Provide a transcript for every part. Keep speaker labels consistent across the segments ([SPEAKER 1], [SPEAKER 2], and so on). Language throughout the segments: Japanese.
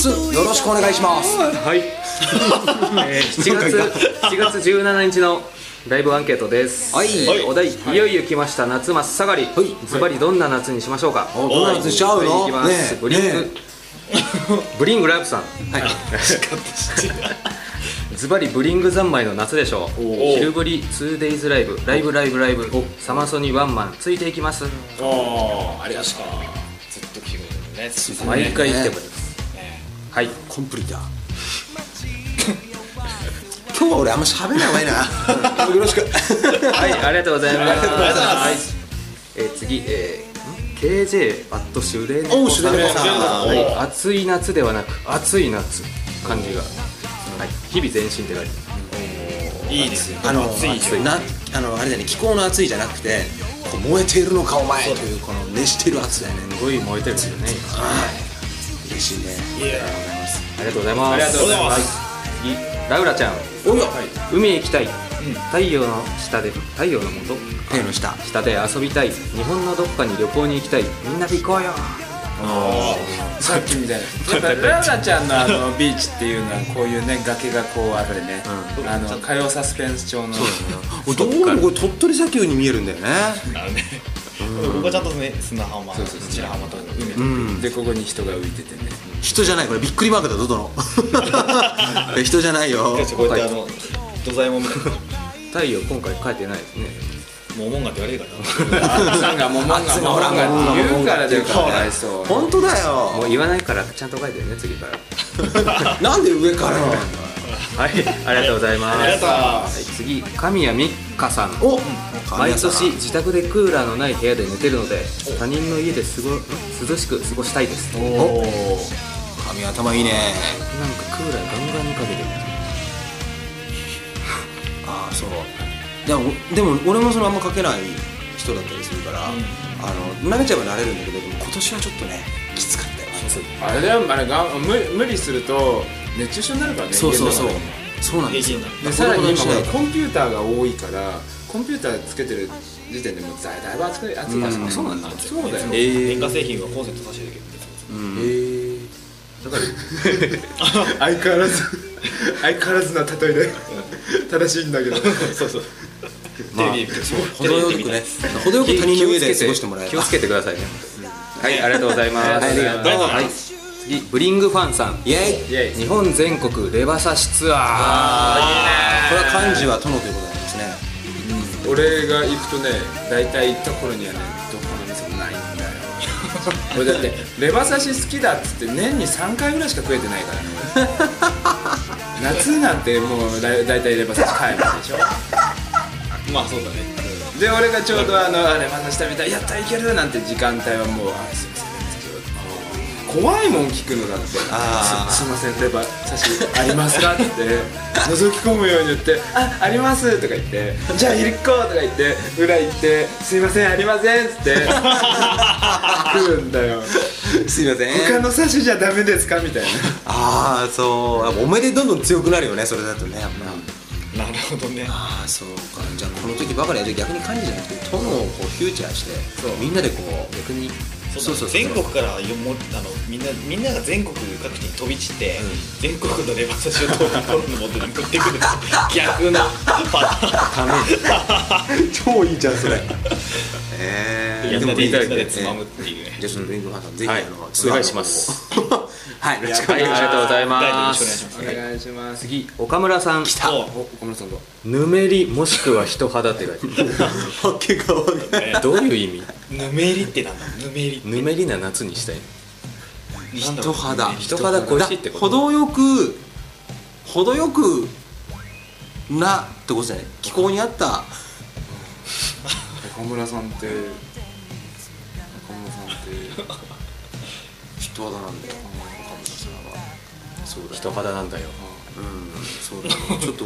[SPEAKER 1] つよろしくお願いします
[SPEAKER 2] はい、えー7月7月17日のライブアンケートです、
[SPEAKER 1] はい
[SPEAKER 2] えーお題、い、よいよ来ました夏真っ盛り、
[SPEAKER 1] はい
[SPEAKER 2] ズバリどんな夏にしましょうか、
[SPEAKER 1] おドーナツしちゃう
[SPEAKER 2] はい
[SPEAKER 1] の
[SPEAKER 2] いきま
[SPEAKER 1] ね
[SPEAKER 2] す、
[SPEAKER 1] え
[SPEAKER 2] ブリング、
[SPEAKER 1] ね
[SPEAKER 2] ブリングラブさん
[SPEAKER 1] えはい
[SPEAKER 2] ズバリブリング三昧の夏でしょう昼ぶり 2days ライブライブライブライブサマソニワンマンついていきます
[SPEAKER 3] ああありましたずっと気分ね続いてね
[SPEAKER 2] 毎回来てもらいます、はい
[SPEAKER 1] コンプリート 今日は俺あんま喋んない方がいいなよろしく
[SPEAKER 2] はい、ありがとうございます。
[SPEAKER 3] りがとうございます
[SPEAKER 2] はい、えー次、えー、ん KJ アットシュレネ
[SPEAKER 1] お
[SPEAKER 2] コ
[SPEAKER 1] うシュレネコさん
[SPEAKER 2] はい、暑い夏ではなく暑い夏感じが、はい、日々前進で書いてあ
[SPEAKER 3] いいですよ
[SPEAKER 1] あの
[SPEAKER 3] 暑い暑い
[SPEAKER 1] なあのあれだね気候の暑いじゃなくてこう燃えているのかお前というこの熱してる暑さやね
[SPEAKER 2] るすごい燃えてるんですよね。
[SPEAKER 1] 嬉しいね
[SPEAKER 3] いや
[SPEAKER 2] ありがとうございます。
[SPEAKER 3] ありがとうございます
[SPEAKER 2] はい次、ラウラちゃん、
[SPEAKER 1] およ
[SPEAKER 2] 海へ行きたい。太陽の下で太陽の下
[SPEAKER 1] 手の下
[SPEAKER 2] 下で遊びたい日本のどっかに旅行に行きたいみんなで行こうよ
[SPEAKER 4] さっきみたいなやっぱララちゃんのあのビーチっていうのはこういうね崖がこうあるね、あの火曜サスペンス調の
[SPEAKER 1] 俺どうもこれ鳥取砂丘に見えるんだよね
[SPEAKER 3] なるね僕はちゃんとね砂浜砂浜と海
[SPEAKER 4] でここに人が浮いててね
[SPEAKER 1] 人じゃないこれびっくりマークだぞど の人じゃないよ
[SPEAKER 3] こうやってあの土左衛門みたいな
[SPEAKER 2] 太陽今回書いてないですね
[SPEAKER 3] もうおもんがって言われるから
[SPEAKER 4] さんがもう漫画も漫画って言うからでかわいそう
[SPEAKER 1] 本当だよ
[SPEAKER 2] もう言わないからちゃんと書いてね次から
[SPEAKER 1] なんで上から
[SPEAKER 2] はい、ありがとうございます。
[SPEAKER 3] ありがとう
[SPEAKER 2] はい、次、神谷美香さん。
[SPEAKER 1] お
[SPEAKER 2] 毎年自宅でクーラーのない部屋で寝てるので、他人の家で過ごん涼しく過ごしたいです。なんか
[SPEAKER 1] お髪頭いいね
[SPEAKER 2] クーラーガンガンにかけてる。
[SPEAKER 1] ああそうでもでも俺もそのあんまかけない人だったりするから、あの慣れちゃえば慣れるんだけどでも今年はちょっとねきつかったよ
[SPEAKER 4] あれだよあれが無無理すると熱中症になるからね
[SPEAKER 1] そうそうそう
[SPEAKER 4] 家の中で
[SPEAKER 1] そうなんですよ
[SPEAKER 3] 家に
[SPEAKER 4] でさらに今ほら
[SPEAKER 1] 子供の
[SPEAKER 4] コンピューターが多いからコンピューターつけてる時点でもうだいぶ暑く暑いからそうなんだそうだよね
[SPEAKER 3] 電化製品はコンセント差し入れる
[SPEAKER 4] 相変わらず 相変わらずな例えで正しいんだけど
[SPEAKER 3] そうそう
[SPEAKER 1] まあ
[SPEAKER 3] テレビ見て
[SPEAKER 1] 程よくね程よく他人の家で過ごしてもらえ
[SPEAKER 2] 気
[SPEAKER 1] る
[SPEAKER 2] をつけてくださいね。はい、ありがとうございます。
[SPEAKER 1] ありがとうございます
[SPEAKER 2] はい、次、ブリングファンさん。
[SPEAKER 1] イエイ
[SPEAKER 4] イエイ
[SPEAKER 2] 日本全国レバ刺しツアー。
[SPEAKER 1] これは漢字は殿ということなんですね
[SPEAKER 4] 俺が行くとね大体行った頃にはねどこの店もないんだ よ俺だってレバ刺し好きだっつって年に3回ぐらいしか食えてないから ね俺夏になってもうだ大体レバ刺し帰るでしょ
[SPEAKER 3] まあそうだね
[SPEAKER 4] で俺がちょうどあのあレバ刺し食べたいやったいけるなんて時間帯はもうあすいません怖いもん聞くのだってす
[SPEAKER 1] あー
[SPEAKER 4] すいませんレバ刺しありますかって覗き込むように言って「ああります」とか言って「じゃあ入りっこ」とか言って裏行って「すいませんありません」っつって来るんだよ
[SPEAKER 1] すいません
[SPEAKER 4] 他の刺しじゃダメですかみたいな
[SPEAKER 1] ああそうやっぱおめでどんどん強くなるよねそれだとねやっぱ
[SPEAKER 3] なるほどね
[SPEAKER 1] ああそうかじゃあこの時ばかりはじゃあ逆に漢字じゃなくて殿をこうフューチャーしてみんなでこう逆に
[SPEAKER 3] そうそう全国からよもあのみんなみんなが全国各地に飛び散って、全国のレバ刺しを東京の持って送ってく る逆のパターン
[SPEAKER 1] 超いいじゃんそ れええ
[SPEAKER 3] みんなでみんなでつ
[SPEAKER 1] じ
[SPEAKER 3] ま
[SPEAKER 1] ゃ
[SPEAKER 3] むっていうね
[SPEAKER 1] あちょっとブリンクファンさんぜひ
[SPEAKER 2] は
[SPEAKER 1] あ
[SPEAKER 2] い
[SPEAKER 1] の
[SPEAKER 2] お願いします
[SPEAKER 1] はいよろしくお
[SPEAKER 2] は
[SPEAKER 1] 願い
[SPEAKER 2] い、
[SPEAKER 1] し
[SPEAKER 2] ありがとうございま
[SPEAKER 3] 大丈
[SPEAKER 2] す。
[SPEAKER 3] 夫
[SPEAKER 4] お願いします
[SPEAKER 2] 次、岡村さ
[SPEAKER 3] お
[SPEAKER 2] ん。
[SPEAKER 3] 願いします
[SPEAKER 4] お岡村さんだ
[SPEAKER 2] ぬめりもしくは人肌って書いてある。
[SPEAKER 1] ますわけがわかんない
[SPEAKER 3] ね
[SPEAKER 2] どういう意味
[SPEAKER 3] ぬめりってなんだぬめり
[SPEAKER 2] ぬめりな夏にしたい。
[SPEAKER 3] なんだ
[SPEAKER 1] 人
[SPEAKER 3] ろう
[SPEAKER 1] 肌
[SPEAKER 2] 人肌恋しいってこと
[SPEAKER 1] だ程よく程よくなってことじゃない気候に合った
[SPEAKER 4] 岡村さんって岡村さんって
[SPEAKER 1] 人肌なんだよ岡村さんはそうだよ
[SPEAKER 2] 人肌なんだよ。
[SPEAKER 1] うんそうだよちょっと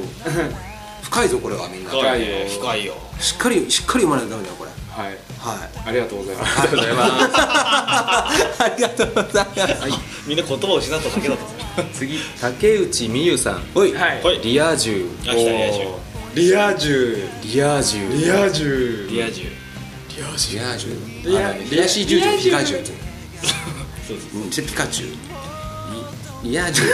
[SPEAKER 1] 深いぞこれはみんな
[SPEAKER 3] 深いよ深いよ
[SPEAKER 1] しっかりしっかり読まないとダメだよこれ
[SPEAKER 4] はい
[SPEAKER 1] はい
[SPEAKER 4] ありがとうございま
[SPEAKER 2] ありがとうございます。
[SPEAKER 1] ありがとうございます。
[SPEAKER 3] みんな言葉を失っただけだったぞ
[SPEAKER 2] 次竹内美優さん
[SPEAKER 1] おい、
[SPEAKER 4] すはい
[SPEAKER 3] はい
[SPEAKER 2] リア充
[SPEAKER 3] あ来たリア充
[SPEAKER 4] リア充
[SPEAKER 2] リア充
[SPEAKER 4] リア充
[SPEAKER 3] リア充
[SPEAKER 1] リア充。
[SPEAKER 4] リア
[SPEAKER 1] あのリアシー従順ピカチュウって。
[SPEAKER 3] そうそう
[SPEAKER 1] うん、それピカチュウ。
[SPEAKER 2] いやじゃ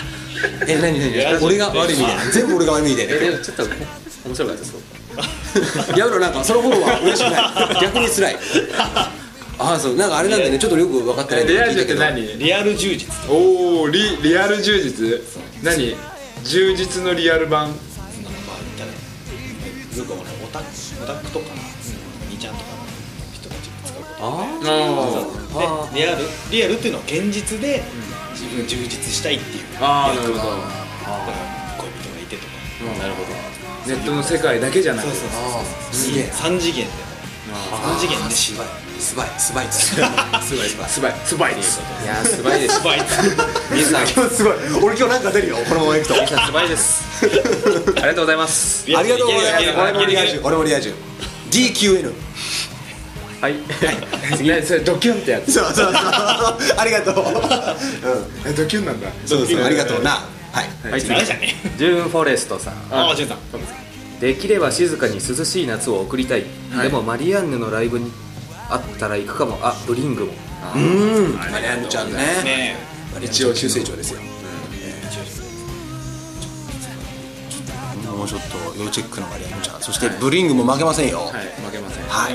[SPEAKER 1] え何
[SPEAKER 3] やら
[SPEAKER 1] 何
[SPEAKER 3] せ
[SPEAKER 1] 俺が悪いみたいな全部俺が悪いみたいな
[SPEAKER 2] えでもちょっと面白かったです
[SPEAKER 1] やめろなんかその頃は嬉しくない逆に辛いああそうなんかあれなんでねちょっとよく分かってないんで
[SPEAKER 4] リアル
[SPEAKER 1] 聞いた
[SPEAKER 4] って
[SPEAKER 1] けど
[SPEAKER 4] 何
[SPEAKER 3] リアル充実
[SPEAKER 4] おおリリアル充実何充実のリアル版
[SPEAKER 3] なんかまあ言ったらよくほらオタクオタクとかな兄ちゃんとかの人たちが使うこと
[SPEAKER 2] あ
[SPEAKER 4] あー
[SPEAKER 2] あ
[SPEAKER 3] でリアルリアルっていうのは現実で自分充実したいっていうだか
[SPEAKER 2] あーなるほど
[SPEAKER 3] ら
[SPEAKER 2] あ
[SPEAKER 3] 恋人がいてとか
[SPEAKER 2] ーなるほど
[SPEAKER 4] ネットの世界だけじゃない
[SPEAKER 3] そう
[SPEAKER 1] ああすげえ
[SPEAKER 3] 3次元で3次元でし
[SPEAKER 1] すばいすばいすばいすばいす ばいすばい
[SPEAKER 4] スバイスバイです
[SPEAKER 2] いやーすごいです
[SPEAKER 3] スパイ
[SPEAKER 2] 皆さん皆
[SPEAKER 1] 今日すごい俺今日なんか出るよこのままいくとあ
[SPEAKER 2] さんすごいですありがとうございます
[SPEAKER 1] りがとうございます俺もリア充俺もリア充 DQN
[SPEAKER 2] はい
[SPEAKER 4] 次それドキュンってやつ
[SPEAKER 1] そうそうそうありがとううん
[SPEAKER 4] えドキュンなんだ
[SPEAKER 1] そうそうありがとうなはい
[SPEAKER 2] は
[SPEAKER 3] ダ
[SPEAKER 2] い次
[SPEAKER 3] メじゃね
[SPEAKER 2] ジューンフォレストさん
[SPEAKER 3] ああ潤さん
[SPEAKER 2] できれば静かに涼しい夏を送りたい、でもマリアンヌのライブにあったら行くかもあブリングも
[SPEAKER 1] うんマリアンヌちゃんね
[SPEAKER 3] ね
[SPEAKER 1] 一応急成長ですよもうちょっと要チェックのマリアンヌちゃんそしてブリングも負けませんよはい
[SPEAKER 4] はい負けません
[SPEAKER 3] え
[SPEAKER 1] はい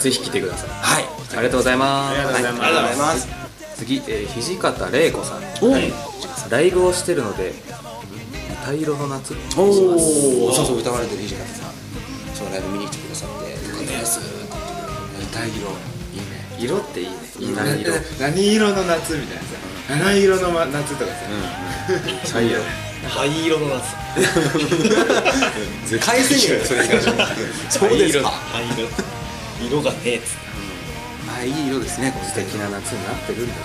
[SPEAKER 2] ぜひ来てください
[SPEAKER 1] はい
[SPEAKER 2] ありがとうございます
[SPEAKER 4] ありがとう
[SPEAKER 1] ありが
[SPEAKER 4] ございます
[SPEAKER 1] とうございます
[SPEAKER 2] 次、えー、土方玲子さん
[SPEAKER 1] お
[SPEAKER 2] ライブをしてるので歌色の夏
[SPEAKER 1] おおそうそう歌われてる土方さんそのライブ見に来てくださってよかったですって言って
[SPEAKER 4] 歌色いいね
[SPEAKER 2] 色っていいねいいな
[SPEAKER 4] 何
[SPEAKER 2] 色
[SPEAKER 4] 色何色の夏みたいなさ七色のま夏とかさ
[SPEAKER 2] 最悪
[SPEAKER 3] 灰色の夏
[SPEAKER 1] 返せ ねえよそれに関してはそうですか
[SPEAKER 3] 灰色色がねえっつっ
[SPEAKER 1] あいい色ですねこれ
[SPEAKER 2] 素敵な夏になってるんでし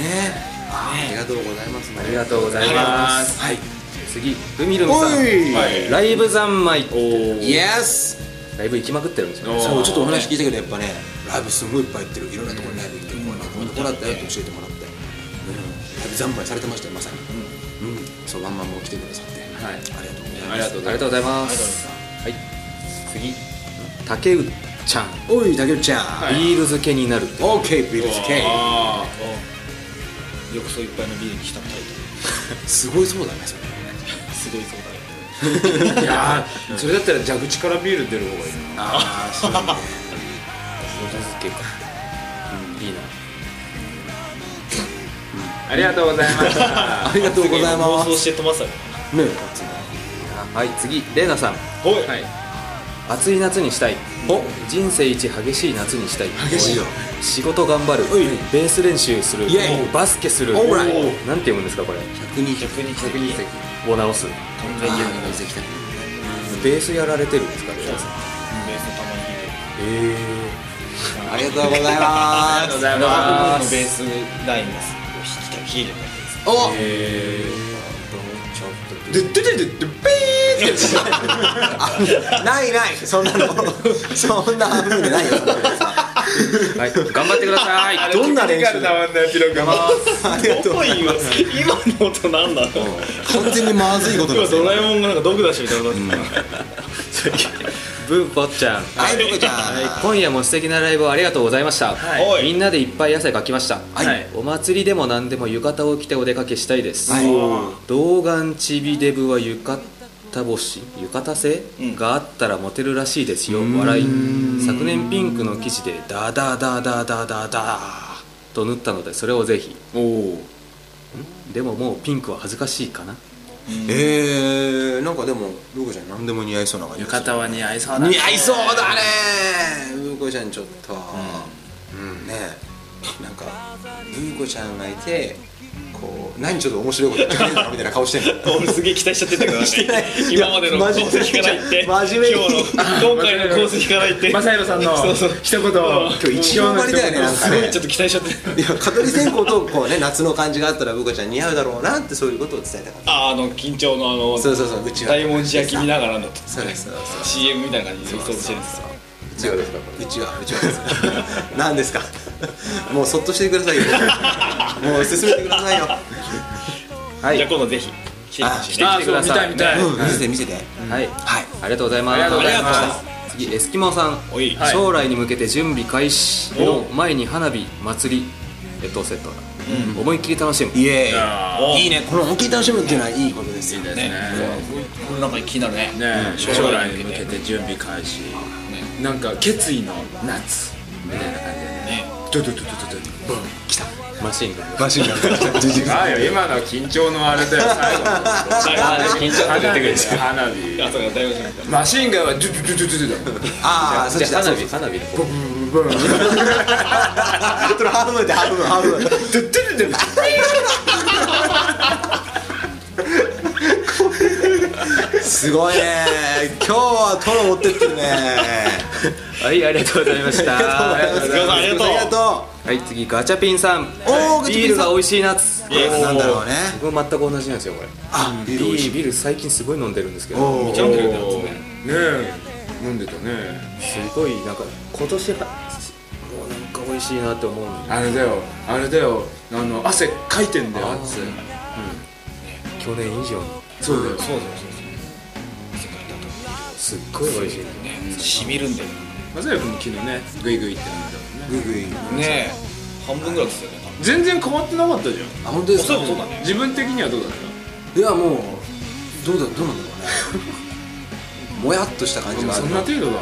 [SPEAKER 2] ょ
[SPEAKER 1] ねあーありがとうございます
[SPEAKER 2] うねありがとうございます
[SPEAKER 1] はい
[SPEAKER 2] 次ルミルミさ
[SPEAKER 1] お
[SPEAKER 2] ん
[SPEAKER 1] い
[SPEAKER 2] ライブ三昧
[SPEAKER 1] イエス
[SPEAKER 2] ライブ行きまくってるんですよね
[SPEAKER 1] そうちょっとお話聞いたけどやっぱねライブすごいいっぱい行ってるいろんなところにライブ行ってるこうなんかこうだったよって教えてもらって、うん、ライブ三昧されてましたよまさにうん、そうワンマンも来てくださって、
[SPEAKER 4] はい
[SPEAKER 1] ありがとうござい
[SPEAKER 4] ありがとうござい
[SPEAKER 2] ありが
[SPEAKER 4] ま
[SPEAKER 2] とうございますはい次竹内ちゃん
[SPEAKER 1] ますおい竹内ちゃん、
[SPEAKER 2] ビール漬けになるって
[SPEAKER 1] オーケービールズケイ
[SPEAKER 4] あ
[SPEAKER 3] て浴槽いっぱいのビールに浸ったりと
[SPEAKER 1] すごいそうだねそれ
[SPEAKER 3] かすごいそうだね
[SPEAKER 4] ーいやーそれだったら蛇口からビール出る方がいいな
[SPEAKER 1] ああそうね
[SPEAKER 2] ビール漬けかいいな
[SPEAKER 4] ありがとうございました
[SPEAKER 1] ありがとうございま
[SPEAKER 3] 妄想
[SPEAKER 1] す
[SPEAKER 3] して飛ばされ
[SPEAKER 1] ね
[SPEAKER 2] はい次レイナさん
[SPEAKER 3] はい
[SPEAKER 4] はい
[SPEAKER 2] 暑い夏にしたいお人生一激しい夏にしたい
[SPEAKER 1] 激しいよ
[SPEAKER 2] 仕事頑張る
[SPEAKER 1] おい
[SPEAKER 2] ベース練習する
[SPEAKER 1] イエイ
[SPEAKER 2] バスケする
[SPEAKER 1] オーライ
[SPEAKER 2] なんて読むんですかこれ
[SPEAKER 1] 百人百
[SPEAKER 3] 100
[SPEAKER 1] 人
[SPEAKER 3] 日的に
[SPEAKER 2] を直す
[SPEAKER 3] 完
[SPEAKER 1] あ
[SPEAKER 3] 全に
[SPEAKER 1] あ水来た
[SPEAKER 2] ベースやられてるんですかね
[SPEAKER 3] ベースのたまに
[SPEAKER 2] え
[SPEAKER 1] ありがとうございま
[SPEAKER 4] ありがとうご
[SPEAKER 1] す
[SPEAKER 4] ざい
[SPEAKER 3] ラ
[SPEAKER 4] ま
[SPEAKER 3] ブの
[SPEAKER 4] す
[SPEAKER 3] ベースラインが引きたヒールになってます
[SPEAKER 1] お
[SPEAKER 2] え
[SPEAKER 4] ドゥッドゥドゥドゥドゥピーって
[SPEAKER 1] ないないそんなのそんな半分でないよ
[SPEAKER 2] はい頑張ってください
[SPEAKER 1] どんな練習
[SPEAKER 4] だわんだよピロ君
[SPEAKER 1] ありがとう
[SPEAKER 3] どこ今今の音なんなの
[SPEAKER 1] 完全にまずいことで
[SPEAKER 3] 今
[SPEAKER 1] すよ
[SPEAKER 3] ドラえもんがなんか毒出しみたいな音だった
[SPEAKER 2] ブーポッちゃん
[SPEAKER 1] はいどこちゃん
[SPEAKER 2] はい今夜も素敵なライブをありがとうございました、
[SPEAKER 3] はい
[SPEAKER 2] みんなでいっぱい汗かきました、
[SPEAKER 1] はい
[SPEAKER 2] お祭りでも何でも浴衣を着てお出かけしたいです、
[SPEAKER 1] はい
[SPEAKER 2] 童顔ちびデブは浴衣星浴衣性、
[SPEAKER 3] ん
[SPEAKER 2] があったらモテるらしいですよ笑い昨年ピンクの生地でダダダダダダダーと縫ったのでそれをぜひ
[SPEAKER 4] おお
[SPEAKER 2] でももうピンクは恥ずかしいかな
[SPEAKER 1] えー、なんかでもどこちゃん何でも似合いそうな感じです
[SPEAKER 4] は似合いそうだ
[SPEAKER 1] 似合いそうだねブーコちゃんちょっと、ねえなんかブーコちゃんがいてこう何ちょっと面白いこと言ってくれるのかみたいな顔してんの
[SPEAKER 3] 俺すげえ期待しちゃってたけどね
[SPEAKER 1] してない
[SPEAKER 3] 今までの
[SPEAKER 1] いや
[SPEAKER 3] 構
[SPEAKER 1] 真面目
[SPEAKER 3] 成引かないって
[SPEAKER 1] 真面目に
[SPEAKER 3] 今日の今回の構成引かないって
[SPEAKER 4] マサイロさんの
[SPEAKER 3] そうそう
[SPEAKER 4] 一言今日
[SPEAKER 1] 一応終わりだよねなんか
[SPEAKER 3] すごい
[SPEAKER 1] ね
[SPEAKER 3] ちょっと期待しちゃって
[SPEAKER 1] いや蚊取り線香とこうね夏の感じがあったらブーコちゃん似合うだろうなってそういうことを伝えたかっ
[SPEAKER 3] あーあの緊張のあの
[SPEAKER 1] たそうそうそううちは
[SPEAKER 3] 大文字焼き見ながらの
[SPEAKER 1] そうですそうです
[SPEAKER 3] CM みたいな感じでそうしてるんですよ
[SPEAKER 1] 違うですかうちはうちはです何ですか もうそっとしてくだ さいよもう進めてくださいよ
[SPEAKER 2] は
[SPEAKER 3] じ
[SPEAKER 2] い
[SPEAKER 3] ゃあ今度ぜひ来てほしいね
[SPEAKER 2] あ来てください
[SPEAKER 4] 見たい見た
[SPEAKER 1] う
[SPEAKER 4] い
[SPEAKER 1] ん見せて見せて
[SPEAKER 2] はい
[SPEAKER 1] はい
[SPEAKER 2] ありがとうございます
[SPEAKER 4] ありがとうござい
[SPEAKER 3] ありが
[SPEAKER 4] ま
[SPEAKER 3] とう
[SPEAKER 4] す
[SPEAKER 2] 次エスキモさん
[SPEAKER 3] おい
[SPEAKER 4] はい
[SPEAKER 2] 将来に向けて準備開始の前に花火祭りエトセトラ思いっきり楽しむ
[SPEAKER 1] イエ
[SPEAKER 4] あ
[SPEAKER 1] ーイいいねこの本気に楽しむっていうのはいいことですよね
[SPEAKER 4] ね
[SPEAKER 3] これなんか気になるね
[SPEAKER 4] ね
[SPEAKER 3] うん
[SPEAKER 4] 将来に向けて準備開始なんか決意の夏みたいな感じでねドドドドドドド
[SPEAKER 2] マシンガンが
[SPEAKER 1] マシンガンからジジイ
[SPEAKER 4] あよ今のは緊張のあれだよ最後
[SPEAKER 3] 緊張感出てくるんですよ
[SPEAKER 4] 花火
[SPEAKER 3] あそうかだいぶ緊張
[SPEAKER 4] マシンガンはドゥドゥドゥドゥドゥド
[SPEAKER 1] ああそっち
[SPEAKER 2] じ
[SPEAKER 1] だ
[SPEAKER 2] ゃあ
[SPEAKER 1] そう
[SPEAKER 2] 花
[SPEAKER 1] そ
[SPEAKER 2] 火
[SPEAKER 1] う
[SPEAKER 2] 花火の方
[SPEAKER 1] それハーフムーンでハーフムーンハーフムーン
[SPEAKER 4] ゥドゥドゥドゥドゥ
[SPEAKER 1] すごいね今日はトロ持ってってるね
[SPEAKER 2] はいありがとうございまし た
[SPEAKER 1] ありがとうございます
[SPEAKER 3] ありがとう
[SPEAKER 1] ありがと
[SPEAKER 2] はい次ガチャピンさん
[SPEAKER 1] おーガチャピンさん
[SPEAKER 2] ビールが美味しい夏
[SPEAKER 3] イエ
[SPEAKER 1] うなんだろうね
[SPEAKER 2] 僕も全く同じなんですよこれ
[SPEAKER 1] あ
[SPEAKER 2] ビールビール最近すごい飲んでるんですけど
[SPEAKER 1] おー
[SPEAKER 3] 飲んでるんだ
[SPEAKER 4] おーねえ飲んでたね
[SPEAKER 2] すごいなんか今年はもうなんか美味しいなって思うの
[SPEAKER 4] あれだよあれだよあの汗かいてんだよ暑い
[SPEAKER 2] 去年以上に
[SPEAKER 4] そうだよ
[SPEAKER 3] そうそう
[SPEAKER 2] すっごい美味しい
[SPEAKER 3] そうそうしみるんだよ
[SPEAKER 4] まさや君も昨日ねグイグイって飲んだも
[SPEAKER 1] グイ
[SPEAKER 4] んね
[SPEAKER 1] グイ
[SPEAKER 3] ね半分ぐらいですよね多分
[SPEAKER 4] 全然変わってなかったじゃ
[SPEAKER 1] あ本当ですか
[SPEAKER 3] そうそうだね
[SPEAKER 4] ん自分的にはどうだった
[SPEAKER 1] いやもうどうだどうなんだろうねもやっとした感じがあ
[SPEAKER 4] そ
[SPEAKER 1] る
[SPEAKER 4] んな程度だ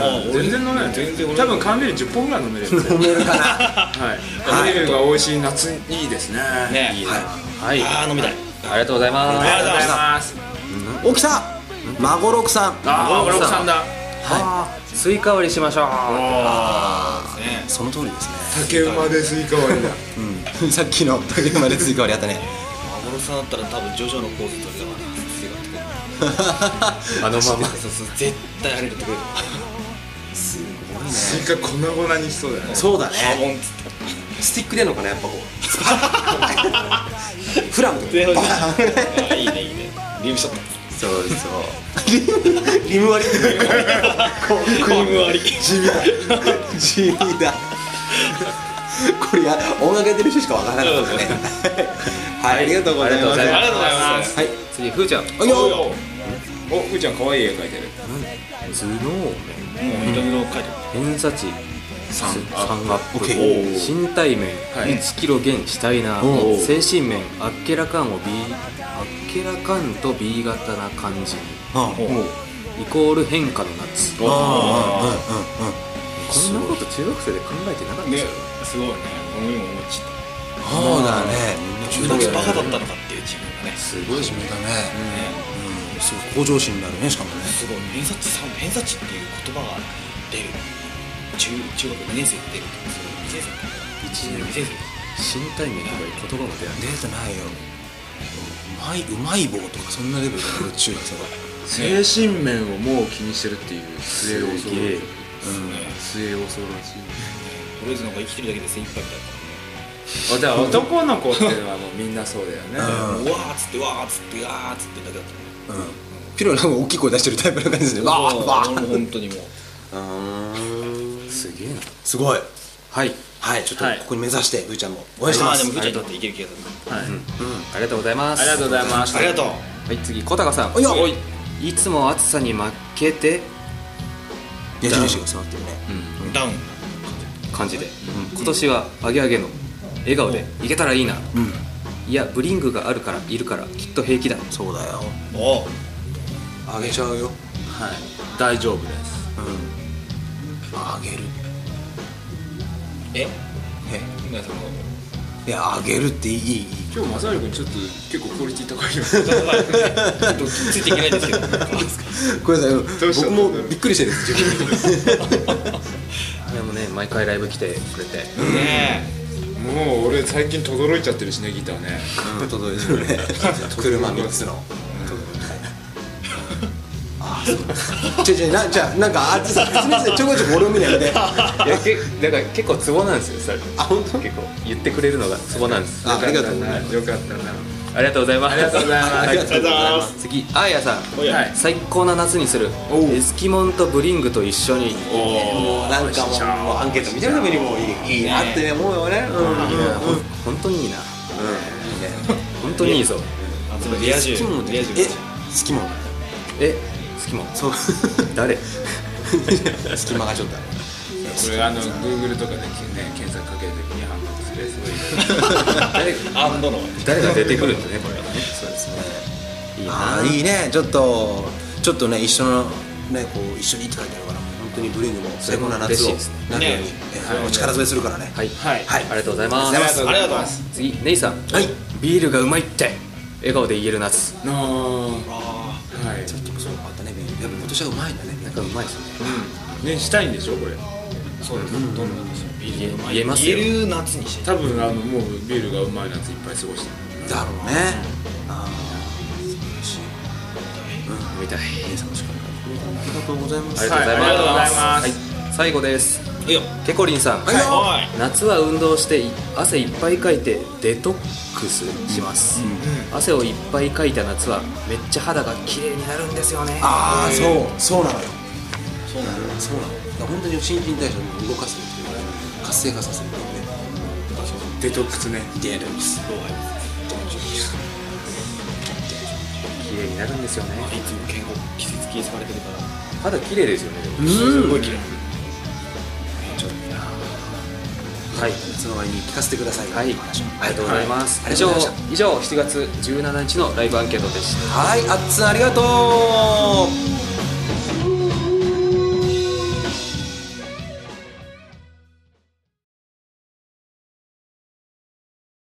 [SPEAKER 3] あ俺
[SPEAKER 4] 全然飲めない
[SPEAKER 3] 全然俺
[SPEAKER 4] 多分缶ビール10本ぐらい飲める よ
[SPEAKER 1] 飲めるかな
[SPEAKER 4] はい缶ビールが美味しい夏いいですね
[SPEAKER 3] ね
[SPEAKER 4] いいな
[SPEAKER 1] はい
[SPEAKER 2] はい
[SPEAKER 3] あー飲みたい
[SPEAKER 2] ありがとうございま
[SPEAKER 3] ありがとうござい
[SPEAKER 4] ます
[SPEAKER 1] 起きた孫六さん
[SPEAKER 4] あー俺奥さんだ
[SPEAKER 2] すスイカ割りしましょう
[SPEAKER 3] ね
[SPEAKER 1] その通りですね
[SPEAKER 4] 竹馬でスイカ割りだ
[SPEAKER 1] うんさっきの竹馬で追加割りあったね
[SPEAKER 3] 孫さんだったら多分ジョジョのポーズ取りながら強がってくる
[SPEAKER 2] あのまま
[SPEAKER 3] そうそう絶対あれやってくれる
[SPEAKER 4] スイカ粉々にしそうだよね
[SPEAKER 1] そうだ
[SPEAKER 3] 波
[SPEAKER 1] ね
[SPEAKER 3] 紋つって
[SPEAKER 1] スティックでのかなやっぱこ うフラムとか
[SPEAKER 3] 全部あいいねいいねリムショット
[SPEAKER 1] そうそうリム割りこう
[SPEAKER 3] クリーム割り
[SPEAKER 1] 地味だ地味だこれや音楽やってる人しかわからなかったねはいありがとうございます
[SPEAKER 2] あり
[SPEAKER 3] ありがとうございます
[SPEAKER 1] はい
[SPEAKER 2] 次ふーちゃん
[SPEAKER 1] おいよ
[SPEAKER 4] おうーちゃん可愛い絵描いてる
[SPEAKER 2] 頭脳
[SPEAKER 3] もういろいろ書いて
[SPEAKER 2] 面偏差値
[SPEAKER 4] 三
[SPEAKER 2] アップ
[SPEAKER 1] OK
[SPEAKER 2] 身体面
[SPEAKER 4] はい
[SPEAKER 2] 1キロ減したいな
[SPEAKER 1] おう
[SPEAKER 2] 精神面あっけらかんを B あっけらかんと B 型な感じに
[SPEAKER 1] あ
[SPEAKER 3] あるもう
[SPEAKER 2] イコール変化の夏こん
[SPEAKER 1] あ
[SPEAKER 2] なこと中学生で考えてなかったで
[SPEAKER 3] ねす
[SPEAKER 2] すよ
[SPEAKER 3] ごいね思いも思いちった
[SPEAKER 1] そうだね
[SPEAKER 3] 自分だけバカだったのかっていう自分がね
[SPEAKER 1] すごい自分だねうんすごい向上心になるねしかもね
[SPEAKER 3] すごい偏差値さん偏差値っていう言葉が出る中中学2年生って出るそれ2年生か1年2年生
[SPEAKER 2] 身体面とかいう言葉も出ない
[SPEAKER 1] 出てないようまいうまい棒とかそんなレベルだよ中学生は
[SPEAKER 4] 精神面をもう気にしてるっていう末恐ろし
[SPEAKER 2] す
[SPEAKER 4] い
[SPEAKER 2] げえ
[SPEAKER 4] 末恐ろし
[SPEAKER 3] とりあえずなんか生きてるだけで精一杯みたい
[SPEAKER 4] いあだから男の子っていうのはもうみんなそうだよね
[SPEAKER 3] なもううわーっつってうわーっつってうわーっつってだけだった
[SPEAKER 1] う
[SPEAKER 3] ね
[SPEAKER 1] んピロなんか大きい声出してるタイプな感じですねわーわ
[SPEAKER 3] もう本当にもう
[SPEAKER 1] ー
[SPEAKER 2] すげえな
[SPEAKER 1] すごい
[SPEAKER 2] はい
[SPEAKER 1] はいちょっと
[SPEAKER 4] はい
[SPEAKER 1] ここに目指してふーちゃんも応援してま
[SPEAKER 3] あー
[SPEAKER 1] す
[SPEAKER 3] でもふーちゃんだっていける気がする
[SPEAKER 4] はい
[SPEAKER 2] ありがとうございます
[SPEAKER 4] ありがとうございました
[SPEAKER 3] ありがとう
[SPEAKER 2] はい次小高さん
[SPEAKER 1] おいよ
[SPEAKER 2] いいつも暑さに負けて
[SPEAKER 1] 矢印が触ってるね
[SPEAKER 3] ダウン
[SPEAKER 2] 感じで、今年はアゲアゲの笑顔でいけたらいいな、
[SPEAKER 1] ん
[SPEAKER 2] いやブリングがあるからいるからきっと平気だ
[SPEAKER 1] そうだよ
[SPEAKER 3] おう
[SPEAKER 1] あげちゃうよ
[SPEAKER 4] はい大丈夫です
[SPEAKER 1] あげる
[SPEAKER 3] え
[SPEAKER 1] え
[SPEAKER 3] 皆さんも
[SPEAKER 1] いやあげるっていいいいいい
[SPEAKER 4] 今日マサル君ちょっと結構クオリティ高いよね
[SPEAKER 3] ちょっとついていけない んですけど
[SPEAKER 1] ごめんなさい
[SPEAKER 4] どうした
[SPEAKER 1] 僕もびっくりしてるんです自分で
[SPEAKER 2] あれもね毎回ライブ来てくれて
[SPEAKER 3] ね
[SPEAKER 4] もう俺最近とどろいちゃってるしねギターね
[SPEAKER 1] 届いてるね車三つのあそうちょちょなじゃあなんかあっちさ説明してちょこちょこ俺を見ないで
[SPEAKER 2] いやけだから結構ツボなんですよそれあ本当結構言ってくれるのがツボなんです
[SPEAKER 1] あありがとうございます
[SPEAKER 4] よかったな
[SPEAKER 2] ありがとうございますありがとうございます、
[SPEAKER 1] ありがとうございま
[SPEAKER 2] 次あーやさん
[SPEAKER 3] えはい
[SPEAKER 4] い
[SPEAKER 2] 最高な夏にする
[SPEAKER 4] おう
[SPEAKER 2] エスキモンとブリングと一緒に
[SPEAKER 1] もうなんかもうもうアンケート見てるためにもういいいいなってね思うよねうんうんうん
[SPEAKER 2] 本当にいいな本当にいいぞ
[SPEAKER 3] あそのリア充リア充
[SPEAKER 1] え好きもん
[SPEAKER 2] えエスキモン
[SPEAKER 1] そう
[SPEAKER 2] 誰
[SPEAKER 1] 隙間がちょっとある
[SPEAKER 4] これあの Google とかでね検索かけるときにハンバーグすれそういう
[SPEAKER 3] アンドの
[SPEAKER 2] 誰が出てくるんだねこれがね
[SPEAKER 1] そうですね
[SPEAKER 2] いい
[SPEAKER 1] あ
[SPEAKER 2] な
[SPEAKER 1] あいいねちょっとちょっとね一緒のねこう一緒にって書いてあるから本当にブリングも最高な夏
[SPEAKER 2] 嬉し
[SPEAKER 1] を
[SPEAKER 2] いですね
[SPEAKER 1] なるように、
[SPEAKER 3] ね
[SPEAKER 1] えーお力添えするからね
[SPEAKER 2] はい、
[SPEAKER 3] はい
[SPEAKER 1] はい
[SPEAKER 2] ありがとうございます
[SPEAKER 1] ありが
[SPEAKER 3] ありがとうございます
[SPEAKER 2] 次ネイさん
[SPEAKER 1] はい
[SPEAKER 2] ビールがうまいって笑顔で言える夏
[SPEAKER 4] の
[SPEAKER 3] あ
[SPEAKER 4] はい
[SPEAKER 1] さっきもそうあったねやっぱ今年はうまいんだね
[SPEAKER 2] なんかうまいですね
[SPEAKER 4] ねしたいんでしょこれ
[SPEAKER 3] あそうですどんどんですよビール
[SPEAKER 2] 言え言えますよ
[SPEAKER 3] 言える夏にして
[SPEAKER 4] 多分あのもうビールがうまい夏いっぱい過ごして
[SPEAKER 1] だろうねああ素晴らしい
[SPEAKER 2] 飲みたい
[SPEAKER 1] 姉さんの力がありがとうございま
[SPEAKER 2] あ
[SPEAKER 1] す
[SPEAKER 2] りがとうございます,、
[SPEAKER 3] はいありがとうございます
[SPEAKER 2] はい最後です
[SPEAKER 3] いいよ
[SPEAKER 2] ケコリンさん、
[SPEAKER 1] はいよ
[SPEAKER 3] はい
[SPEAKER 2] 夏は運動してい汗いっぱいかいてデトックスします、汗をいっぱいかいた夏はめっちゃ肌が綺麗になるんですよね
[SPEAKER 1] ああそうそうなのよ
[SPEAKER 3] そうなんだ
[SPEAKER 1] そうなのだから本当に新陳代謝を動かすっていうか活性化させるからね
[SPEAKER 4] デトックスね
[SPEAKER 1] デアルミス
[SPEAKER 2] 綺麗になるんですよね
[SPEAKER 3] いつも健康季節気にされてるから
[SPEAKER 2] 肌綺麗ですよね
[SPEAKER 3] すごい綺麗
[SPEAKER 2] はい
[SPEAKER 1] 夏の終わりに聞かせてください
[SPEAKER 2] はい、ありがとうございます、
[SPEAKER 1] はい
[SPEAKER 2] 以上以上7月17日のライブアンケートでした
[SPEAKER 1] はいあっつんありがとう